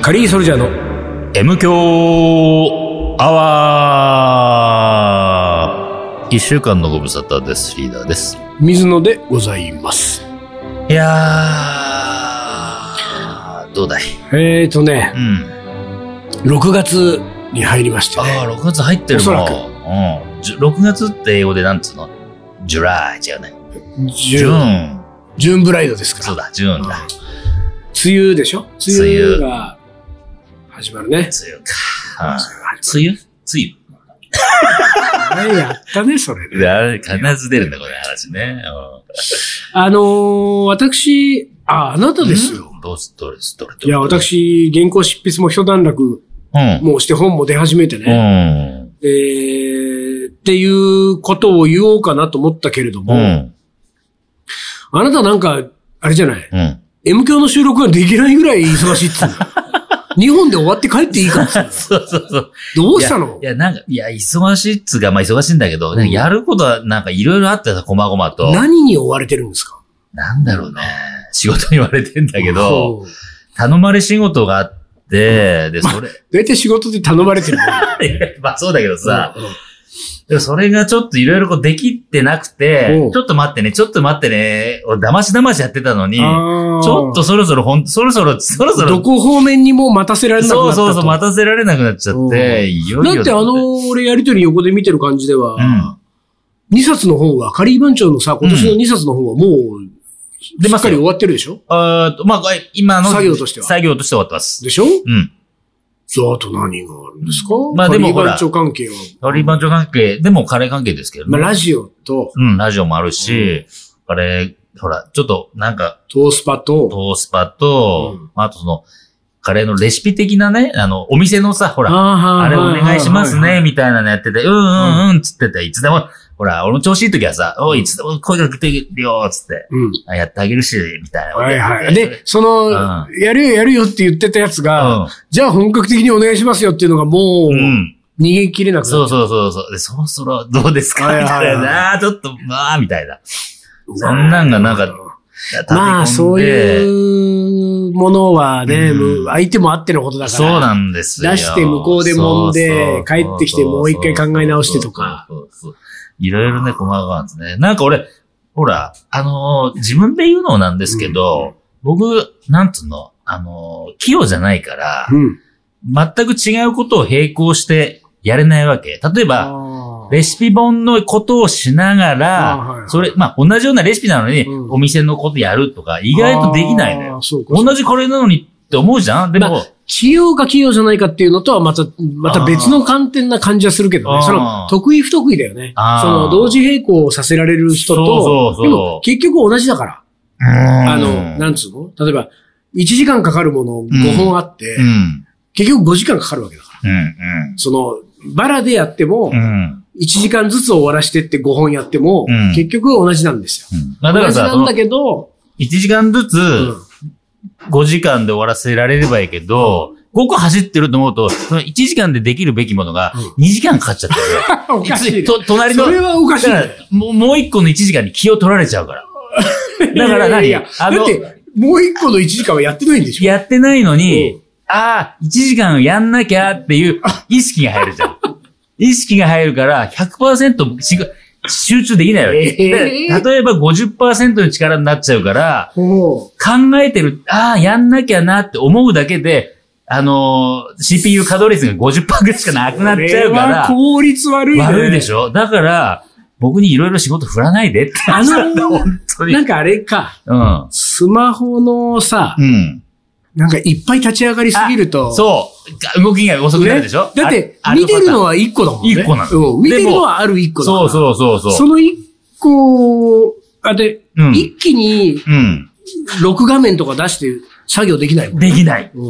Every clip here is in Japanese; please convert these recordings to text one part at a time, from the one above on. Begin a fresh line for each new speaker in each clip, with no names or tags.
カリーソルジャーの
M 強アワー一週間のご無沙汰です。リーダーです。
水野でございます。
いやー、どうだい
えーとね
う、ん。
6月に入りましてね。
あー、6月入ってる
おそ
も
ら
ん。
く
うん。じゅ6月って英語でなんつうのジュラー違うね。ジ
ジ
ュ
ュン。
ーン。
ジューンブライドですから。
そうだ、ジューンだ。
梅雨でしょ梅
梅雨
雨が始まるね。
梅雨か。うん梅雨梅
前やったね、それ
雨で
ね。
あれ、必ず出るんだ、この話ね。うん
あのー、私、あ、あなたですよ。
どうす、どれす、どれどれ
いや、。私、原稿執筆も一段落、
うん。
もうして本も出始めて
う
ね。
ん。
えー、っていうことを言おうかなと思ったけれども、
うん。
あなたなんか、あれじゃない
うん。
M 教の収録ができないぐらい忙しいっ つうの。日本で終わって帰っていいかっつうの
そうそうそう。
どうしたの
いや、いやなんか、いや、忙しいっつうか、まあ忙しいんだけど、
うん
やることはなんかいろいろあってさ、こまごまと。
何に追われてるんですか
なんだろうね。仕事に言われてんだけど、
うん
頼まれ仕事があって、で、それ、
大体仕事で頼 まれてるもん。
まあそうだけどさ、
うん
でもそれがちょっといろいろこうできてなくて
うん、
ちょっと待ってね、ちょっと待ってね、を騙し騙しやってたのに、
あー
ちょっとそろそろほん、そろそろ、そろそろ、
どこ方面にも待たせられなくな
そ
っ
う
たと。
そうそう、待たせられなくなっちゃって、いよいよ
だってあのー、俺やりとり横で見てる感じでは、
うん。
2冊の本は、カリー番長のさ、今年の2冊の本はもう、
出
し
ま
っ
す
か
よ
り終わってるでしょ
あーとまあ、今の
作業としては
作業として終わってます。
でしょ
うん。
じゃあ、あと何があるんですか
まあでも
カ
ほ
リー
ら
番長関係は。
カレー番長関係、でもカレー関係ですけど、
まあ、ラジオと、
うん、ラジオもあるし、カレー、ほら、ちょっとなんか、
トースパ
ト
と、
ースパと、
うん
あとその、カレーのレシピ的なね、あの、お店のさ、ほら、
あ
あ
ー
れお
はい
願いします
はいはい
ね、みたいなのやってて、うんうんうん、つってて、いつでも、ほら、俺の調子いい時はさ、おい、いつでも声かけてよ、つって、
うん。
あやってあげるし、みたいな。
はいはい。で、その、
う
やるよやるよって言ってたやつが、じゃあ本格的にお願いしますよっていうのがもう、
うん。うん。
逃げ切れなくな
そ
っ
うそうそうそう。で、そろそろどうですか
はい
み
は
た
いは
い
い
な。あーちょっと、まあ、みたいな。
た
そんなんがなんか
まあ、そう
う。
いうものはね、
うん
相手もあってのことだから。
そうなんですよ。
出して向こうで揉んで帰ってきてもう一回考え直してとか。
そうそうそうそういろいろね、細かいんですね。なんか俺、ほら、あのー、自分で言うのなんですけど、僕、なんつうの、あのー、器用じゃないから、
うん。
全く違うことを並行してやれないわけ。例えば、
あー
レシピ本のことをしなが
あーはいは
ら、
い
それ、まあ、同じようなレシピなのに
う、ん
お店のことやるとか、意外とできないの
あー
よ。
そうか。
同じこれなのにって思うじゃんで
ま
も、
器用か器用じゃないかっていうのとはまた、また別の観点な感じはするけど
あ
ね。
ー
その、得意不得意だよね。
あー
その、同時並行をさせられる人
そう
と、
そうそう
でも結局同じだから。あ
あ
の、なんつうの例えば、1時間かかるもの5本あって、
うん。
結局5時間かかるわけだから。
うん。
その、バラでやっても、
うん。うん。
1時間ずつ終わらしてって5本やっても、
うん
結局同じなんですよ。
まあ、だか
同
ら
じ
さ、
な
そ
ん
の
だ、けど、
1時間ずつ、
うん
5時間で終わらせられればいいけど、5個走ってると思うと、その1時間でできるべきものが2時間かかっちゃってる
おかしいね。
と隣の
そ、れはおかしい
だ
ね。
から、もう、もう一個の1時間に気を取られちゃうから。だから何
いやいやいや
あの
だって、もう一個の1時間はやってないんでしょ
やってないの
う
に、ああ、1時間やんなきゃっていう意識が入る じゃん。意識が入るから100%し集中できないわけ。
えー
で例えば50%の力になっちゃうから、
ほ
考えてる、ああ、やんなきゃなって思うだけで、あのー CPU 稼働率が50%しかなく
う
なっちゃう
こ
か
れは
ら、
効率悪いね。
悪いでしょだから、僕にいろいろ仕事振らないでって。
あのー、
本当に。
なんかあれか、
うん。
スマホのさ
う、ん。
なんかいっぱい立ち上がりすぎると、
そう。動きが遅くなるでしょ、
ねだって、
あれ
見てるの
あ
は1個だもんね。
一個なの
うん見てるの
でも
はある1個
パ
だ
タ
か
ーン
ら。
そうそうそう
そ
そう。
の1個、あ、で、
うん
一気に
うん。
録画面とか出して作業できないもん。
できない。
うん
う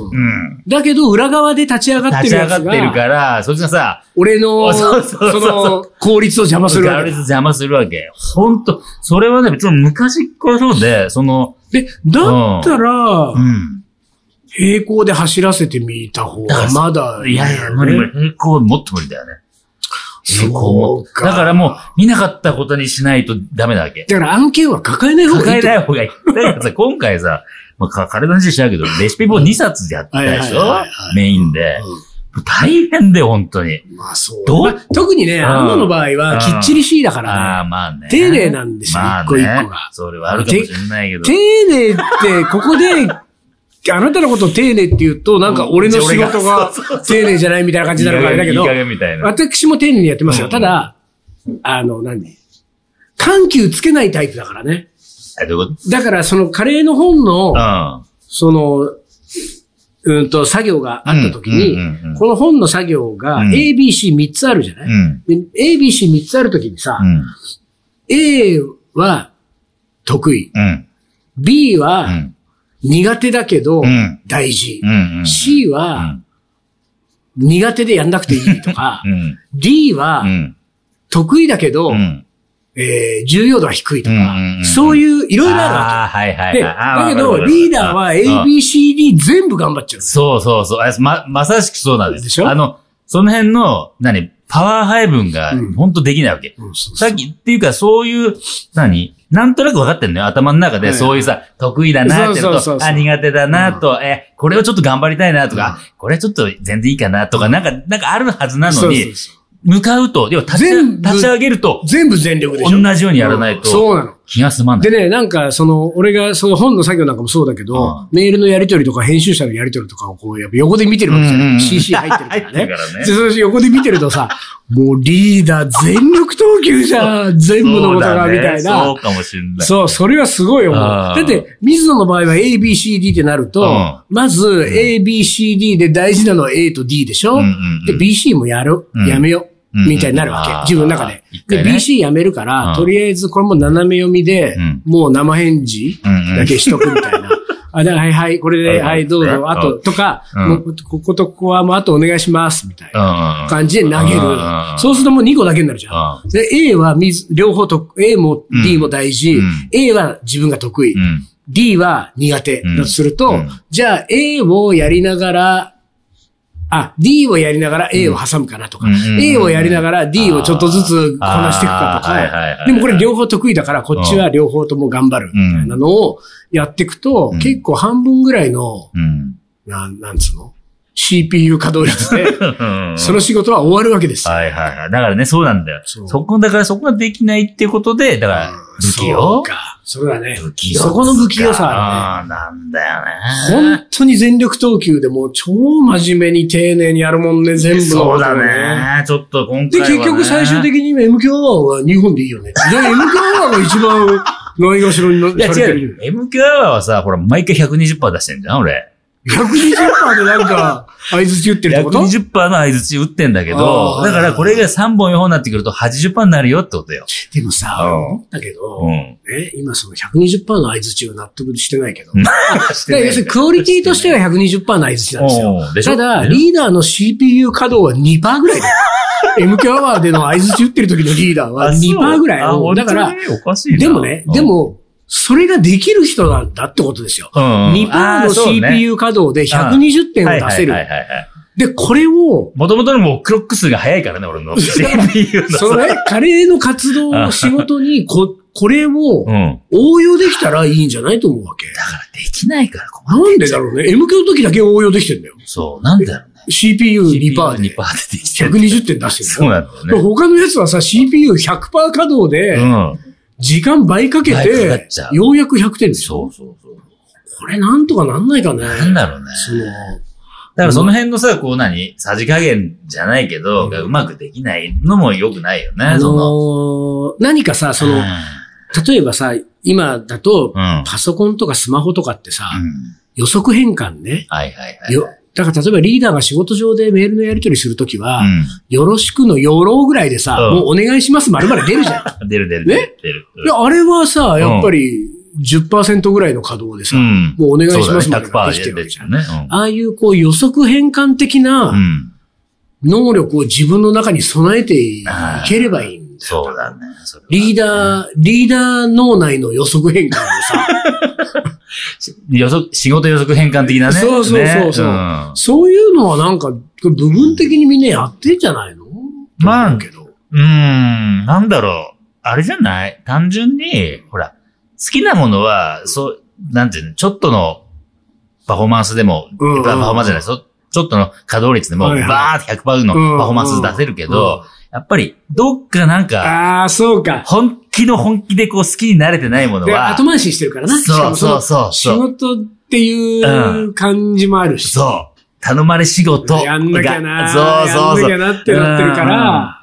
ん。
だけど、裏側で立ち上がっ
立
て
ち
る
上
や
がっ
つ
てるか
が、
ら、そっちがさ、
俺の、
そう
そ
そうそうそう
の、効率を邪魔するわ
ガー
け
ルズ
だ。
邪魔するわけ。ほんと、それはね、別に昔っからそうで、その、
で、だったら
う、ん。
平行で走らせてみた方が、まだ
いやいや、無理無理。平行、もっと無理だよね。
そ
平行も
う。か。
だからもう、見なかったことにしないとダメなわけ。
だから案件は抱えない方がい
抱
い
え
と
な
思
い方がいい。だからさ、今回さ、まあ、か体の話しないけど、レシピ本2冊でやってたでしょ
はいはいはいはい
メインで。大変で、本当に。
まあそう。
どう
まあ特にね、
うん
あんなの場合は、きっちり C だから、
ああ、まあね。
丁寧なんですよ
まあ
一個一個が
ね。それはあるかもしれないけど
丁。寧って、ここで、 あなたのことを丁寧って言うと、なんか俺の仕事が
そうそうそう
丁寧じゃないみたいな感じになるからあれだけ
い
ど
い加、減みたいな。
私も丁寧にやってますよ。
うん
ただ、あの、何緩急つけないタイプだからね。
えどういうこと
だから、そのカレーの本の
う、ん。
その、うんと、作業があった時に
うんうんうんうん、
この本の作業が
うん
ABC3 つあるじゃない、
うん。
で ?ABC3 つある時にさ、
うん。
A は得意、
うん。
B は
うん。
苦手だけど
うん
大事、
うん。うん。
C
う
は
ん。
苦手でやんなくていいとか
う、ん。
D は
うん。
得意だけど、
うん。
えー重要度は低いとか、
うんうんうん
そういういろいろあ
あーはいはい
る
はいあ
わ
ー。
け。で、だけ
わ
ど
かる
リーダーは
わかるうん
ABCD 全部頑張っちゃう。
そうそうそう。あま、まさしくそうなんです。
でしょ
あの、その辺の、何、パワー配分が
うん、
本当できないわけ。さっき、っていうか、そういう、何なんとなく分かってんのよ。頭の中
は
で、
いはい
そういうさ、得意だなっ
そ
ての
うそうそう
と、
そう
あ、苦手だなと、え、これをちょっと頑張りたいなとか、これちょっと全然いいかなとか、なんか、なんかあるはずな
そ
の
うそう
に、
そう
向かうと、要は立ち
全部
立ち上げると、
全部全力でしょ。
同じようにやらないと
うんそうなの。
気が済まない。
でね、なんか、その、俺が、その本の作業なんかもそうだけど、メールのやり取りとか編集者のやり取りとかをこう、やっぱ横で見てるわけじゃ
うんうん
な
うん
い ?CC 入ってるから
入って
ね。
るからね
で、その横で見てるとさ、もうリーダー全力投球じゃん全部のことが、
そうだね
みたい
そ
な
う。かもしれない。
そう、それはすごい思う。
あ
だ
ー
って、水野の場合は A, B, C, D ってなると、
うん
まず A, B, C, D で大事なのは A と D でしょ、
うんうんうん
で、B, C もやる、
うん
やめよう、
うん
みたいになるわけ。
あー
自分の中で。
一
で、
回ね
B, C やめるから、
うん
とりあえずこれも斜め読みで、
うん
もう生返事
うんうん
だけしとくみたい な。あ、だからはいはい、これで、
うん
はい、どう
う
ぞ、
ん
あと、とか、
うん
もうこことここはもうあとお願いします、みたいな。
うん。
感じで投げる
うん。
そうするともう2個だけになるじゃ。
うん
で、A は水、両方と、A も D も大事、
うん
A は自分が得意、
うん。
D は苦手
うん
だとすると、
うん
じゃあ A をやりながら、あ、D をやりながら A を挟むかなとか、
うん
A をやりながら D をちょっとずつこなしていくかと
あーはいはいは
か、
い
でもこれ両方得意だからこっちは両方とも頑張るみたいなのをやっていくと、
うん
結構半分ぐらいの、
うん。
なん、なんつうの ?CPU 稼働率で、
うん
その仕事は終わるわけですよ。
はいはいはい。だからね、そうなんだよ。
そう
そこ、だからそこができないっていうことで、だから、不器
そう
用
か。それはね
不器用。
そこの不器用さは
ああ、なんだよ
ね。
ね。
本当に全力投球でもう超真面目に丁寧にやるもんね、全部の
そうだ
ことを。
ね。ちょっと今
で、
回は、ね。
結局最終的に M 強アワーは日本でいいよ ね。で、M 強アワーが一番ないがしろになっ
いや
されて
違う
る。。
MQ アワーはさ、ほら、毎回120%出してんじゃん、俺。
120%でなんか、合図打ってるってこと
120%の合図打ってんだけ
あ
ど、
ー
だからこれが3本4本になってくると80%になるよってことよ。
でもさ、
うん
思ったけど、
うん
ね、今その120%の合図値を納得してないけど。
うん
だから要するにクオリティとしては120%の合図値なんですよ。
うんでし
た
ょ
だ、
でしょ
リーダーの CPU 稼働は2%ぐらい だよ。MQ アワーでの合図打ってる時のリーダーは2%ぐらい。
あそう
だか
あ
ら
本、当におかしいな
でもね、で、も、それができる人なんだってことですよ。
うんうん
2%
あー
の
そうね
CPU 稼働で120点を出せる
はい。はいはいはいはい
で、これ を、
もともとのもうクロック数が早いからね、俺の。CPU のさ。
それ、カレーの活動を仕事 に、こ、これを
う、ん。
応用できたらいいんじゃないと思うわけ。
できないから困る。
なんでだろうね。M 級の時だけ応用できてんだよ。
そう、なんだろうね。
CPU2%
2%
で
パーでできてる。
120点出して
そう
る。
なんだよね。
他のやつはさ、CPU100% 稼働
う
で、
ん。
時間倍かけ
倍かかってちゃ、う
ようやく100点です
そ
よ。
うそうそう。
これなんとかなんないかね。
なんだろうね。
その、
だからその辺のさ、こう何さじ加減じゃないけど、がうまくできないのも良くないよ
あ
ね、その。
のー、何かさ、そ
うん
の、例えばさ、今だと
う、ん。
パソコンとかスマホとかってさ、
うん
予測変換ね。
はいはいはい。
よ、だから例えばリーダーが仕事上でメールのやり取りするときは、
う
よろしくのよろうぐらいでさ、
うん
もうお願いします、まるまる出る じゃん。
ん。出る出る
ね
出る出る。
いや、あれはさ、やっぱり10%ぐらいの稼働でさ、
うん。
もうお願いします
そ
ま
う
で
だ
が
ね
できてる
100%で
わ
出
けじ
て
ゃ
る
ん。
ね。
ああいうこう予測変換的
うん。う。
なん能力を自分の中に備えていければいいんだよ。
そうだね。それは
リーダー、リーダー脳内の予測変換を さ、
予測、仕事予測変換的なね。
そうそうそうそう
ね
そういうのはなんか、部分的にみんなやってんじゃないの
まあ
思うけど。
うん。うーん、なんだろう。あれじゃない単純に、ほら、好きなものは、そう、なんていうの、ちょっとのパフォーマンスでも、
うんうんうん
パフォーマンスじゃないですよ。ちょっとの稼働率でも、
はいはい
バーって100%の
うんうん
パフォーマンス出せるけ
う
ど、やっぱり、どっかなんか、
ああ、そうか。
本気の本気でこう好きになれてないもの
で、
は
後、回ししてるからな。
そう
しかもの
そうそう
仕
そう
事っていう感じもあるし。
そう、頼まれ仕事が。
やんなきゃな。
そうそうそう
やん。なきゃなってなってるから。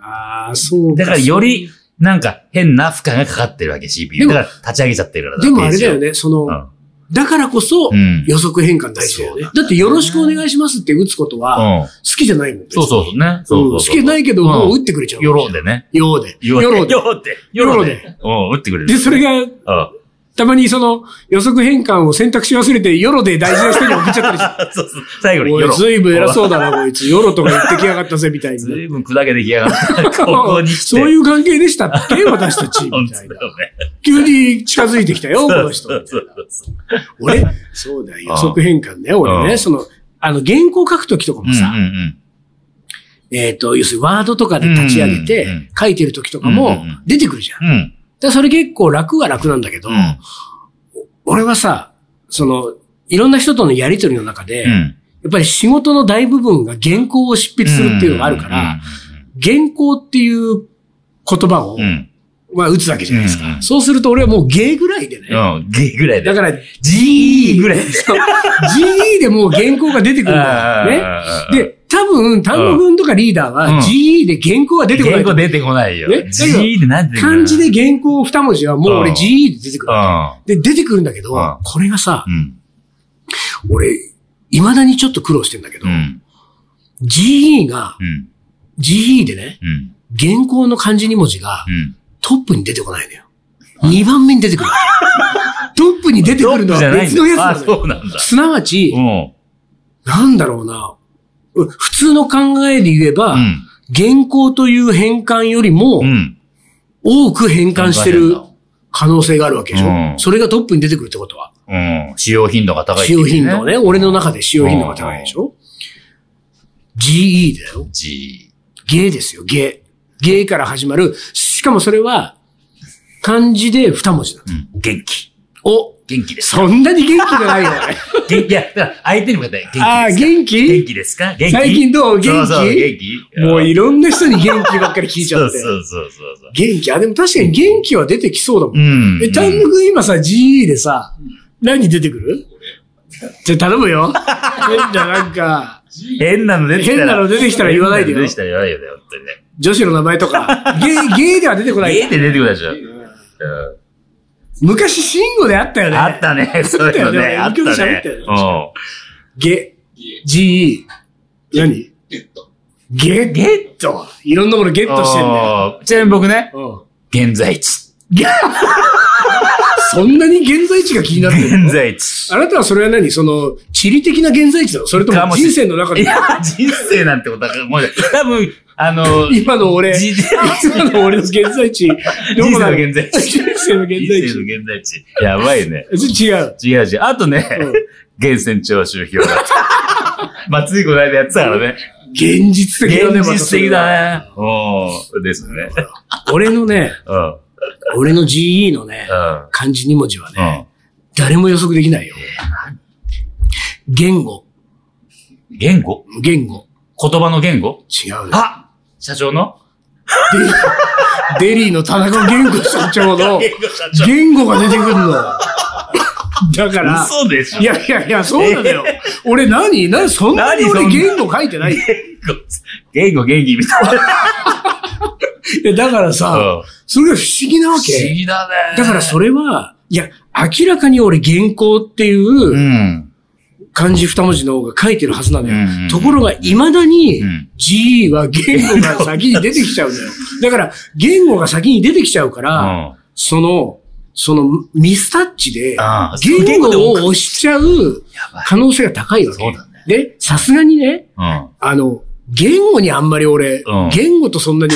ああ、そう
だからより、なんか変な負荷がかかってるわけ、CPU。
でも
だから立ち上げちゃってるから
でもあれだよ
ね。
ね、その、
うん
だからこそ
うん
予測変換大事だよね
そ。う
だってよろしくお願いしますって打つことは、
うん。
好きじゃないもんね。
そうそうそうね。そうう
好
んそうそう
きじゃないけど、
うん
もう打ってくれちゃう。
よろでね。
ようで。
よ
よろで。
ろで。よろで。うん、打ってくれる。
で、それが、
うん。
たまにその予測変換を選択し忘れて、よろで大事な人に送っちゃったりして。
そうそう。最後に
お
よ
い、
ろ。
ずいぶん偉そうだな、こいつ。よろとか言ってきやがったぜ、みたい
ず
な。
いぶん砕けてきやがった。 ここに来て。
そういう関係でしたっけ私たち、み
本当
た
だ
い
よ
な。
ね。
急に近づいてきたよ、この人。
そうそうそう。
俺、そうだよ、予測変換ね、俺
う
ね。
ん
その、あの、原稿書くときとか
うん
も
うん
さ、
うん。
えっ、と、要するにワードとかで立ち上げ
うんうんうん
て、書いてる時とかも
うんうん
出てくるじゃん。だか
うん。
らそれ結構楽は楽なんだけど、
うん。
俺はさ、その、いろんな人とのやりとりの中で、
う
や
ん。
っぱり仕事の大部分が原稿を執筆するっていうのがあるから、原稿っていう言葉を、
うん。うん。
まあ、打つわけじゃないですか。
うんうん
そうすると俺はもう芸ぐらいでね。
うん。G ぐらいで。
だから、
G ぐらい で。
そう GE でもう原稿が出てくるんだよね。
ね
で、多分、丹野君とかリーダー
うん
は GE で原稿は出てこない
言
と
語
思う。
出てこないよ
ね。
G でなんて出てくる
漢字で原稿二文字はもう俺
うん
GE で出てくる。で、出てくるんだけど
うん、
これがさ
う、ん。
俺、未だにちょっと苦労してんだけど
うん。う、ん。
GE が、
うん。
GE でね、
うん。
原稿の漢字二文字が
うん。
トップに出てこないのよ。二番目に出 てくるわけ。トップに出てくるのは別のやつ
あ、
なのよ。
そうなんだ。
すなわち
う、ん。
なんだろうな。う普通の考えで言えば、
うん。
原稿という変換よりも
うん。
多く変換してる可能性があるわけでしょ、
うん
それがトップに出てくるってことは。
うん。使用頻度が高い。
使用頻度をね、。俺の中で使用頻度が高いでしょ ?GE だよ。
G。
ゲーですよ、ゲー。ゲーから始まる。しかもそれは、漢字で二文字なの。
うん。元気。
お、
元気です。
そんなに元気じゃないよ。
元気。いや、だから相手に向かって
ああ、
元気で
元気
すか。元気ですか元気
最近どう元気
そうそう、元気
もうい
る。
ろんな人に元気ばっかり聞いち
そ
ゃ
う
って。
そうそうそうそう。
元気あ、でも確かに元気は出てきそうだもん。
うん。
え、丹野くん今さ、GE でさ、何出てくるじゃ、頼む よ。変な、なんか、
変なの出てきたら。
変なの出てきたら言わないでよ
変なの出てきたら言わないよね、本当にね。
女子の名前とか、ゲー、ゲーでは出てこない。
家で出てくるでしょ。うん
昔、慎吾であったよね。
あったね、そういうのね。
あ
あ
っ
ったた
よね
ね。
勉ゲ、GE。何ゲット。ゲット。いろんなものゲッ
うん
トしてんね。
うんちなみに僕ね、
うん
現在地。
ゲそんなに現在地が気になってる
現在地。
あなたはそれは何その、地理的な現在地なのそれと
か
も
もしれ
人生の中
い
で、
や、人生なんてことは、もう、多分、あの、
今の俺、
じ
今の俺の現在地、どこなの
人生の現在地
人生の現在
人生の現在地。やばいね。
地。違う。
違う違う。あとね
うん、
源泉徴収票だった。 まあ、ついこの間やってたからね。
現実的だね、
現
またそ
実
れ
的
は
だね。うん。ですね。
俺のね、
うん。うん。
俺の GE のね、漢字2文字は
う
ね、
ん。
誰も予測できないよ。言語、
言語
言語。
言葉の言語
違うね。
あ社長の
デリーの田中言語社長の言語が出てくるの。だから、
嘘でしょ
いやいやいや、そうなの よ。俺何な、そんなに俺
何そんな
言語書いてない よ
言語、言語元気みたいな。
いやだからさ、
うん
それが不思議なわ
不思
け。
議だね。。
だからそれは、いや、明らかに俺原稿っていううん漢字二文字の方が書いてるはずなの
うんうんう
よ。
ん
ところが未だに
うん
GE は言語が先に出てきちゃうんだよ。 だから言語が先に出てきちゃうから、
うん
その、そのミスタッチで
ああ
言語を押しちゃう
ばい
可能性が高いわけ
そうだ。
で、さすがにね、
うん。
あの、言語にあんまり俺、
うん
言語とそんなに、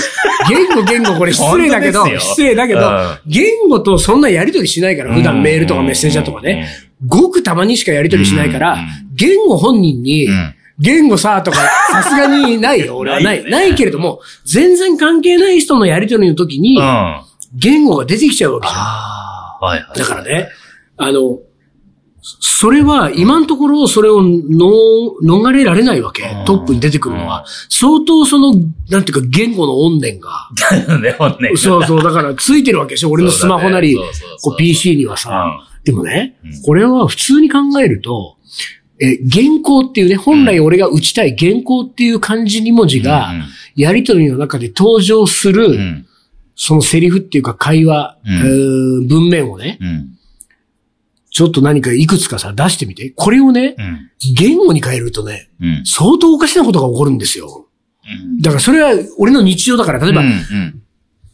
言語言語 これ失礼だけど、
本当ですよ
失礼だけど、
うん
言語とそんなやりとりしないから、普
う
段
ん
メールとかメッセンジャーとかね、ごくたまにしかやりとりしないから、
うん
言語本人に、
うん
言語さとか、さすがにない よ、俺はない。
な
ないい,、
よね
けれども、全然関係ない人のやりとりの時に
うん。う、ん。あ
言語が出てきちゃうわけじゃん。
あー。はいはい。
だからね、あの、それは、今のところ、それをの、逃れられないわけ。トップに出てくるのは。相当その、なんていうか、言語の怨念が。
ね、本ね。
そうそう、だから、ついてるわけでしょ俺のスマホなり、
そうそうそうそう
こう PC にはさ。でもね
うん、
これは普通に考えると、え、原稿っていうね、本来俺が打ちたい原稿っていう漢字2文字が、やりとりの中で登場する、
うん、うん、
そのセリフっていうか会話、
うん
えー文面をね、
うん、
ちょっと何かいくつかさ、出してみて。これをね、
うん、
言語に変えるとね、
うん。
相当おかしなことが起こるんですよ。
うん
だからそれは俺の日常だから、例えば、
うん、うん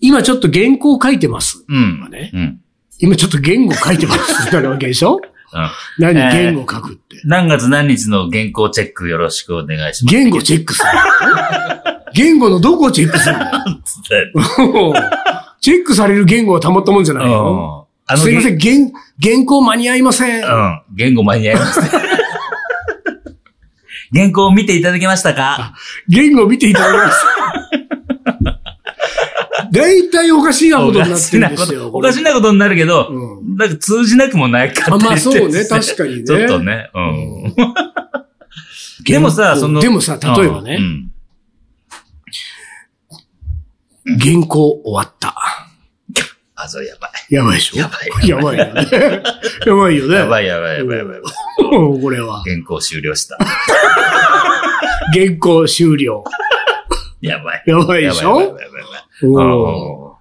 今ちょっと原稿書いてます。
うん。
ね
うん。
今ちょっと言語書いてます。 ってなるわけでしょ何、
えー
言語書くって。
何月何日の原稿チェックよろしくお願いします。
言語チェックする。言語のどこをチェックするの チェックされる言語はたまったもんじゃないよ。
あの、
すいませ
ん。
ん、原、原稿間に合いません。
うん。言語間に合いますね。 原稿を見ていただけましたか
言語を見ていただき ます。大体おかしいなことになってるん
お
で
か
す
し
よ。
なことおかしなことになるけど、
う
なんか通じなくもないか
あ
って
ま
言
あ
って
そ
る
うん
で
ね、
すね
確かにね。
ちょっとね。うん。でもさ、その。
でもさ、例えば
う
ね、
ん。
原稿終わった。
あ、それやばい。
やばいでしょ
やばい
やばいよね。やばいよね。
やばいやばいやばいやばい。
もう これは。
原稿終了した。
原稿終了。
やばい。
やばいでしょ
やばいやばいやばい
うん
うん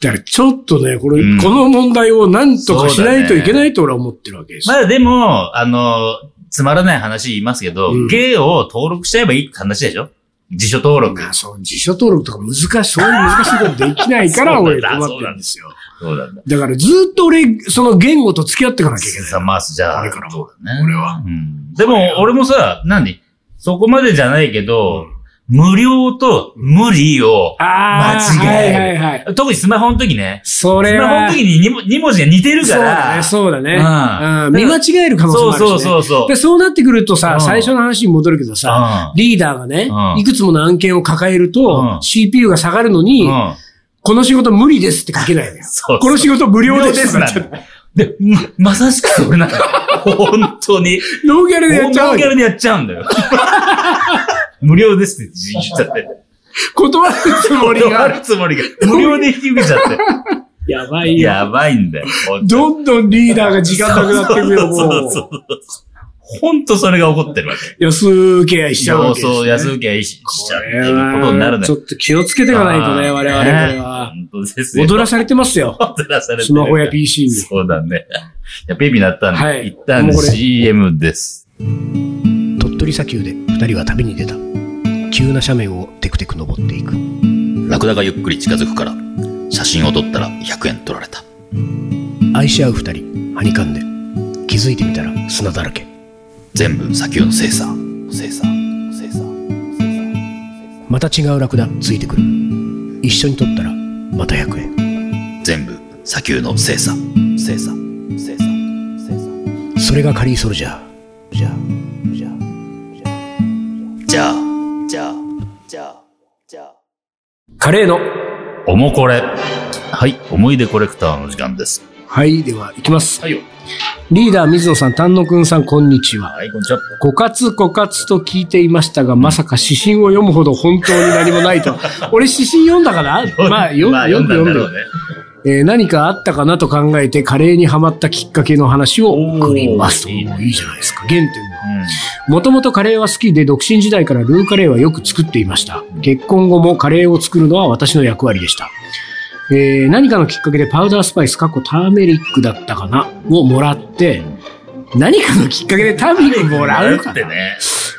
だからちょっとね、これ、
うん
この問題を何とかしないといけないと俺は思ってるわけです。
まあでも、あの、つまらない話言いますけど、
うん
芸を登録しちゃえばいいって話でしょ辞書登録
ま。あそう辞書登録とか難しい、そういう難しいことできないから
そうな
俺
んだ
困ってるんですよ。
そうなんだ。
だからずっと俺、その言語と付き合っていかなきゃいけ
さ
な
あ、マースじゃあ、
これからも
そうだね。
俺は
うん。でも、俺もさ、何そこまでじゃないけど、無料と無理を
い。、ああ、
間違える
はいはいはい。
特にスマホの時ね、
そ
ス
れ
マホ
は
の、時に 2, 文字が似てる
そ
か
うだ
ら、
ね、そうだね。
うん
うん見間違える可能性もあるし、ね。
そうそうそうそう
で、そうなってくると
う
さ
ん、
最初の話に戻るけどさ、リーダーがね、
うん
いくつもの案件を抱える
う
と
ん、
CPU が下がるの
う
に
ん。う、ん。
この仕事無理ですって書けないのよ。
そう
この仕事無料です。
無料なんだで、ままさしくそれな のよ。本当に。
ノーギャルでや
ノ
っ
ー
ちゃうわ
ギ
け
ャ。ルでやっちゃうんだ よ。無料ですって言っちゃって。
断るつもり
断
が。
るつもりが。無料で引き受けちゃって。
やば いよ。
やばいんだよ。
どんどんリーダーが時間なくなってくるよ、も
そうそう
う。
そうそう。ほんとそれが起こってるわけ。
安請け合いしちゃうわけです、ね。
そう、安
け
請け合いししちゃう
合
っ
い
ていうことになるね。
ちょっと気をつけていかないとね、
あー
我々これは。
ね本当ですよ。
踊らされてますよ。
踊らされてる
スマホや PC に。
そうだね。いや、ペビなったんで、
はい
一旦
もうこれ
CM です。
鳥取砂丘で二人は旅に出た。急な斜面をテクテク登っていく。
ラクダがゆっくり近づくから写真を撮ったら100円取られた
愛し合う二人、はにかんで。気づいてみたら砂だらけ。
全部砂丘の精査精査精査
また違うラクダついてくる。一緒に撮ったら、また100円。
全部砂丘の精査精査精査精査
それがカリーソルジャー。じゃあ、じゃあ。
じゃあじゃあじゃあじゃあ
カレーの。
おもこれ。はい、思い出コレクターの時間です。
はい、では、いきます。
はいよ。
リーダー水野さん、丹野くんさん、こんにちは。
はい、こんにちは。
枯渇枯渇と聞いていましたが、まさか指針を読むほど本当に何もない と。俺指針読んだかなまあ、よ
まあ
よく
読んだ
読
んだ
んで
ろう
る、
ね。
えー何かあったかなと考えて、カレーにハマったきっかけの話を送ります。
おーいいね
いいじゃないですか。原点は。もともとカレーは好きで、独身時代からルーカレーはよく作っていました。結婚後もカレーを作るのは私の役割でした。えー何かのきっかけでパウダースパイス、かっこターメリックだったかなをもらって、何かのきっかけでターメリックもらうか
って
な、
ね。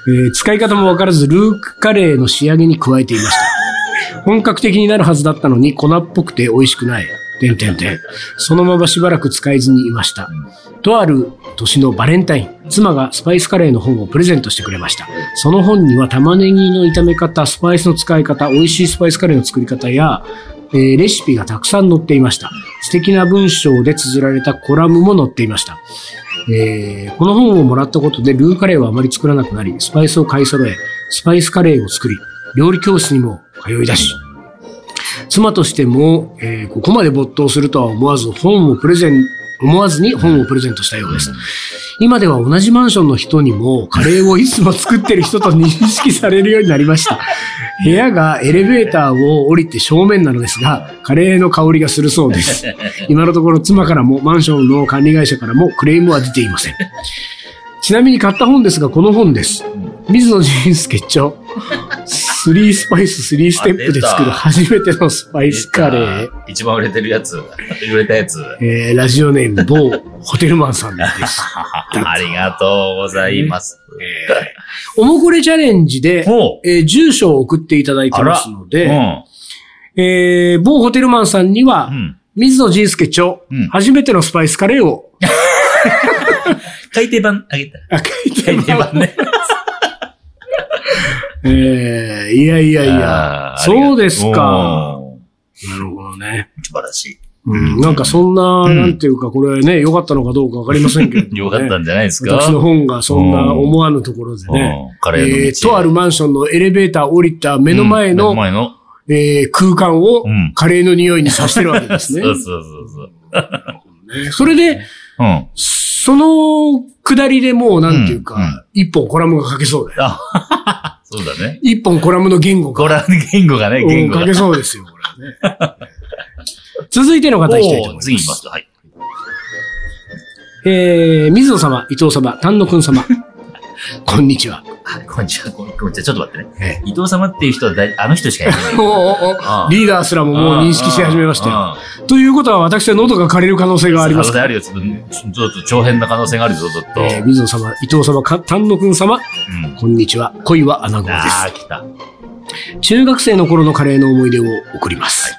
えー使い方もわからず、ルーカレーの仕上げに加えていました。本格的になるはずだったのに粉っぽくて美味しくない。てんてんてん。そのまましばらく使えずにいました。とある年のバレンタイン、妻がスパイスカレーの本をプレゼントしてくれました。その本には玉ねぎの炒め方、スパイスの使い方、美味しいスパイスカレーの作り方や、えーレシピがたくさん載っていました。素敵な文章で綴られたコラムも載っていました。えーこの本をもらったことでルーカレーはあまり作らなくなり、スパイスを買い揃え、スパイスカレーを作り、料理教室にも通い出し、妻としても、えーここまで没頭するとは思わず本をプレゼン思わずに本をプレゼントしたようです。今では同じマンションの人にもカレーをいつも作ってる人と認識されるようになりま した。部屋がエレベーターを降りて正面なのですが、カレーの香りがするそう です。今のところ妻からもマンションの管理会社からもクレームは出ていません。ちなみに買った本ですが、この本です。水野仁介著、スリースパイス、スリーステップで作る初めてのスパイスカレー。
ー。一番売れてるやつ。 売れたやつ。
えーラジオネーム、某ホテルマンさん です。
ありがとうございます。
おもこれチャレンジで、
ほう。
えー住所を送っていただいてますの
う
で、
ん。
えー某ホテルマンさんには、
うん。
水野仁介著、
うん
初めてのスパイスカレーを、
改訂版あげた。
あ書いて
改訂
ます
版ね。
えーいやいやいや
あ、ー
そうです。か。
うん
なるほどね。
素晴らしい。
うんなんかそんな、
うん
なんていうか、これね、良かったのかどうかわかりませんけれ ども、ね。
よかったんじゃないですか。
私の本がそんな思わぬところでね。
うんカレーの道
えーとあるマンションのエレベーター降りた目の前の、
うん目の前の。
えー空間を
うん
カレーの匂いにさしてるわけです
そ
ね。
うそうそうそう。
ねそれで、
うん。
その下りでもうなんていう
うんう
か
ん、
一、本コラムが書けそうだよ。
あ、そうだね。
一本コラムの言語
ご
が
覧、言語がね、言
うん
語
書
が。
けそうですよ、これ ね。続いての方いきたいと思い
おー
ます。
次行きます。はい。
えー、水野様、伊藤様、丹野くん様。 こんにちは。
あこんにちは、こんこんにちは。ちょっと待ってね。
え
伊藤様っていう人はだい、あの人しかいない。
おおお
ああ
リーダーすらももう認識し始めましたよ。ということは私は喉が枯れる可能性があ
あ
り
りま
ますす
可能性あるよ。ちょっと、ちょっと長編な可能性があるぞ、ちょっと。
えー、水野様、伊藤様、か丹野くん様、
うん。
こんにちは。恋は穴子で
あー、来た。
す。中学生の頃のカレーの思い出を送ります。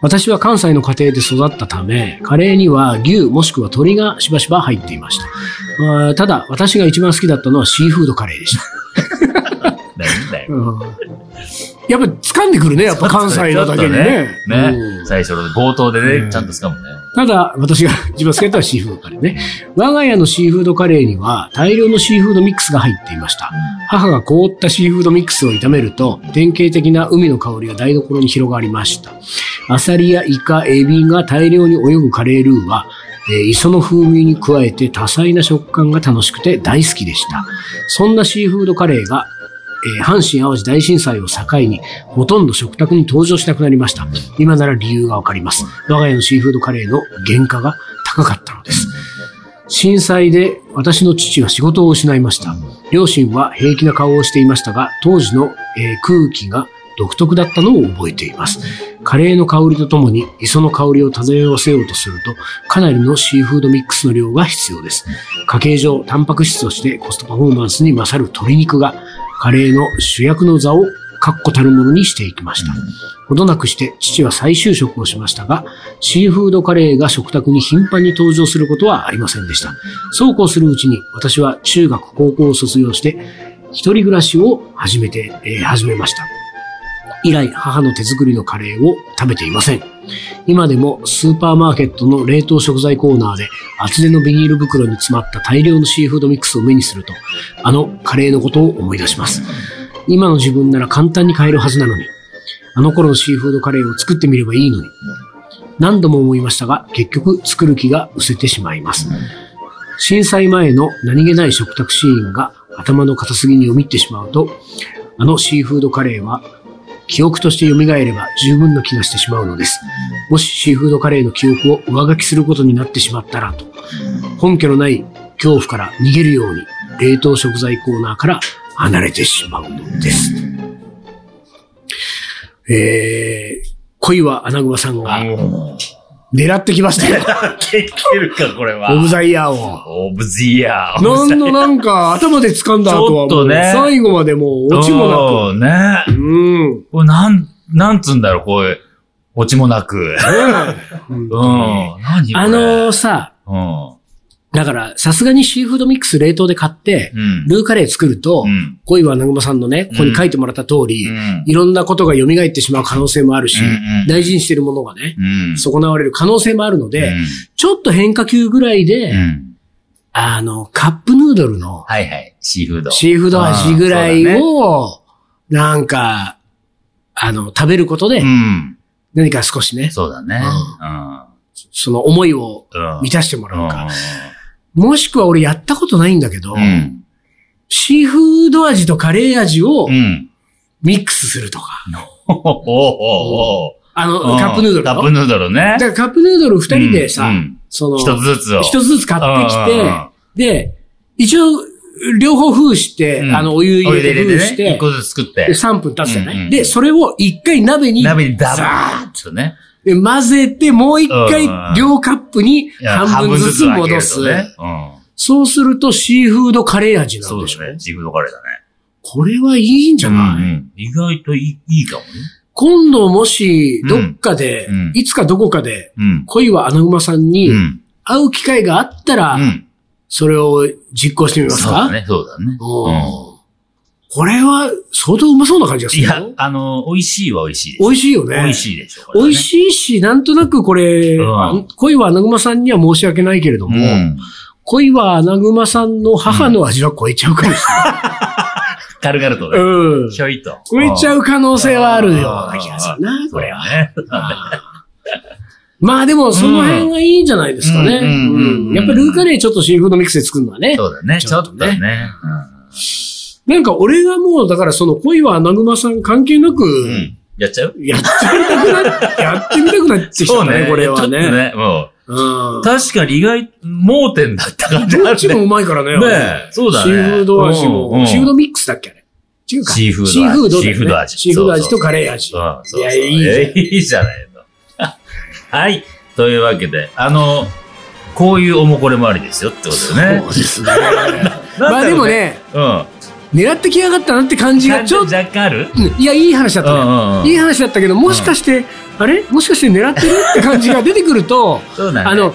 私は関西の家庭で育ったため、カレーには牛もしくは鶏がしばしば入っていました。まあただ、私が一番好きだったのはシーフードカレーでした。
何だよ。
うんやっぱ掴んでくるね、やっぱ関西のだ けにね。
ちょっとね。
うん
ね。最初の冒頭で
うん
ね、ちゃんと掴むね。
ただ、私が一番好きだったのはシーフードカレーね。我が家のシーフードカレーには大量のシーフードミックスが入っていました。母が凍ったシーフードミックスを炒めると、典型的な海の香りが台所に広がりました。アサリやイカ、エビが大量に泳ぐカレールーは、えー磯の風味に加えて多彩な食感が楽しくて大好きでした。そんなシーフードカレーが、えー阪神淡路大震災を境に、ほとんど食卓に登場しなくなりました。今なら理由がわかります。我が家のシーフードカレーの原価が高かったのです。震災で私の父は仕事を失いました。両親は平気な顔をしていましたが、当時の、えー空気が独特だったのを覚えています。カレーの香りとともに磯の香りを漂わせようとすると、かなりのシーフードミックスの量が必要です。家計上、タンパク質としてコストパフォーマンスに勝る鶏肉が、カレーの主役の座を確固たるものにしていきました。ほどなくして父は再就職をしましたが、シーフードカレーが食卓に頻繁に登場することはありませんでした。そうこうするうちに私は中学高校を卒業して一人暮らしを始めて、えー始めました。以来母の手作りのカレーを食べていません。今でもスーパーマーケットの冷凍食材コーナーで厚手のビニール袋に詰まった大量のシーフードミックスを目にすると、あのカレーのことを思い出します。今の自分なら簡単に買えるはずなのに、あの頃のシーフードカレーを作ってみればいいのに、何度も思いましたが、結局作る気が失せてしまいます。震災前の何気ない食卓シーンが頭の片隅によみってしまうと、あのシーフードカレーは記憶として蘇れば十分な気がしてしまうのです。もしシーフードカレーの記憶を上書きすることになってしまったらと、根拠のない恐怖から逃げるように冷凍食材コーナーから離れてしまうのです。えー、恋は穴熊さんが
うん
狙ってきましたよ。
できるか、これは。
オブザイヤーを。
オブズイヤー。
なんのなんか頭で掴んだ後は
ち
も
ょっ
う、
とね
最後までもう落ちもな
そうね。
く。うん。
これなん、なんつうんだろう、こういう、落ちもなく。
うん
うん。何これ
あのー、さ、
うん。
だからさすがにシーフードミックス冷凍で買って、
うん。
ルーカレー作ると
う、ん。
恋はナグマさんのね、ここに書いてもらった通り
う、ん
いろんなことが蘇ってしまう可能性もあるし
うんうん、
大事にしてるものがね、
うん。
損なわれる可能性もあるの
う
で、
ん
ちょっと変化球ぐらいで、
うん。
あの、カップヌードルの
はいはい。シーフード。
シーフード味ぐらい
あー
を、なんか、あの、食べることで
う、ん。
何か少しね、
そうだね。うん。
その思いを
うん。
満たしても
う
ら
ん
うか。もしくは俺やったことないんだけど、
うん。
シーフード味とカレー味を
うん。
ミックスするとか。
おお おお
あの、
うん
カップヌードルだ
カッ
ろ
プヌードルね
だ。からカップヌードル二人で
う
さ
んう、ん
その、
一つずつを。
一つ
つ
ずつ買ってきて、で、一応、両方封して、
うん
あの、お湯入
お
れ
湯で
て
入
封
れ
して
ね。
て
一、個ずつ作っ
で
て。
3分経つじゃない、
うんうん
で、それを一回鍋に
鍋にダバーッとね。
で混ぜて、もう一回
うん
両カップに
いや
半分ずつ戻す。
半分ずつ分けるとね。
そうするとシーフードカレー味
うん。
な
そ
ん
う
で
で
し
す
ょ、
ね。ジグドカレーだね。
これはいいんじゃない、
うんうん意外といいいいかもね。
今度もし、どっかで、
うんうん
いつかどこかで、
うん。
恋は穴馬さんに
うん。
会う機会があったら、
うん。
それを実行してみます
そう
か
だね。そうだね。
お
うん
ーこれは相当うまそうな感じがす
い
るよ。
や、あの、美味しいは美味しいです。
美味しいよね。
美味しいでしょ。これ
美
ね
味しいし、なんとなくこれ、
うん
恋は穴熊さんには申し訳ないけれども、
うん。
恋は穴熊さんの母の味は超えちゃうかもし
軽々と
れな
ね。
い。うん。
ひょいと。
超えちゃ
う
う可能性はあるような気がするな、
ん。
これは。
ね。
まあでも、その辺がいいんじゃないですかね。
うんうんうんうん
うんやっぱルーカレーちょっとシーフードミックスで作るのはね。
そうだね。
ち
ち
ょ
ょ
っ
っ
と
と
ね
ね。
なんか俺がもう、だからその恋は穴熊さん関係なく、
うんうん。やっちゃう
やってみたくなっ、やってみたくなってきたね、これ
ちょっ
は
と
ね。
ね。も
うん
う。。確かに意外、盲点だった感じ
ど
あ
っち
る
も
ね。
うまいからね。
ねえそうだね
シーフード味
うんう
も。
ん
シーフードミックスだっけあれ。違うか。
シーフード味
シーフードだよね
シーフード味
シーフード味
そ
と
うそう
カレー味。
うんそうそう
いやいいじゃん
えいいじゃないの。 はい。というわけで、あの、こういうおもこれもありですよってことだよね。
そうですね。
なん
まあ
だ
で
ろ
も
う。
ね、
うん。
狙ってきやがったなって感じがちょっと、
若干ある
うんいや、いい話だっ
うんう
たね。
んうん
いい話だったけど、もしかして、あれもしかして狙ってるって感じが出てくると、
そうなんだ
あの、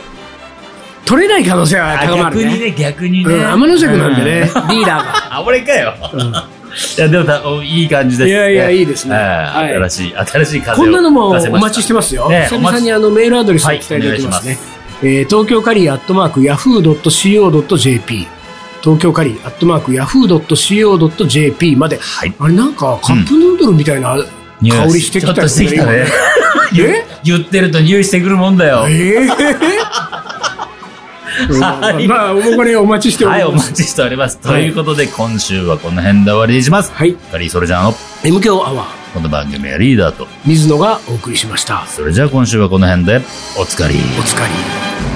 取れない可能性は
あ
高まる
逆に
ね。
ね、逆に
う
ね。
ん、天の尺なんで
う
ね、リーダ
あ、俺かよ。
ーが。
いや、でもた、おいい感じ
う
で
ん
す。
いやいや、い
い。
いですね。はい
新しい、新しい風を
こんなのもお
出せまた
待ちしてますよ。
ね
久
お待
々
ち
にあのメールアドレスをお伝えできますね。
はいお願いし
えー東京カリーアットマークヤフー .co.jp 東京カリーアットマークヤフー .co.jp まで、
はい
あれなんかカップヌードルみたいな、
匂い
香りしてきた
ちょっとしてきたね。
え
言ってると匂いしてくるもんだよ。
えー
はい
まあ、おもこれお待ちしてお
はい、
り
お
ます。
待ちしております。
はい
ということで、今週はこの辺で終わりにします。
はい。
カリーソルジャーの
M 強アワー、
この番組はリーダーと。
水野がお送りしました。
それじゃあ今週はこの辺で、おつかり。
お疲れ。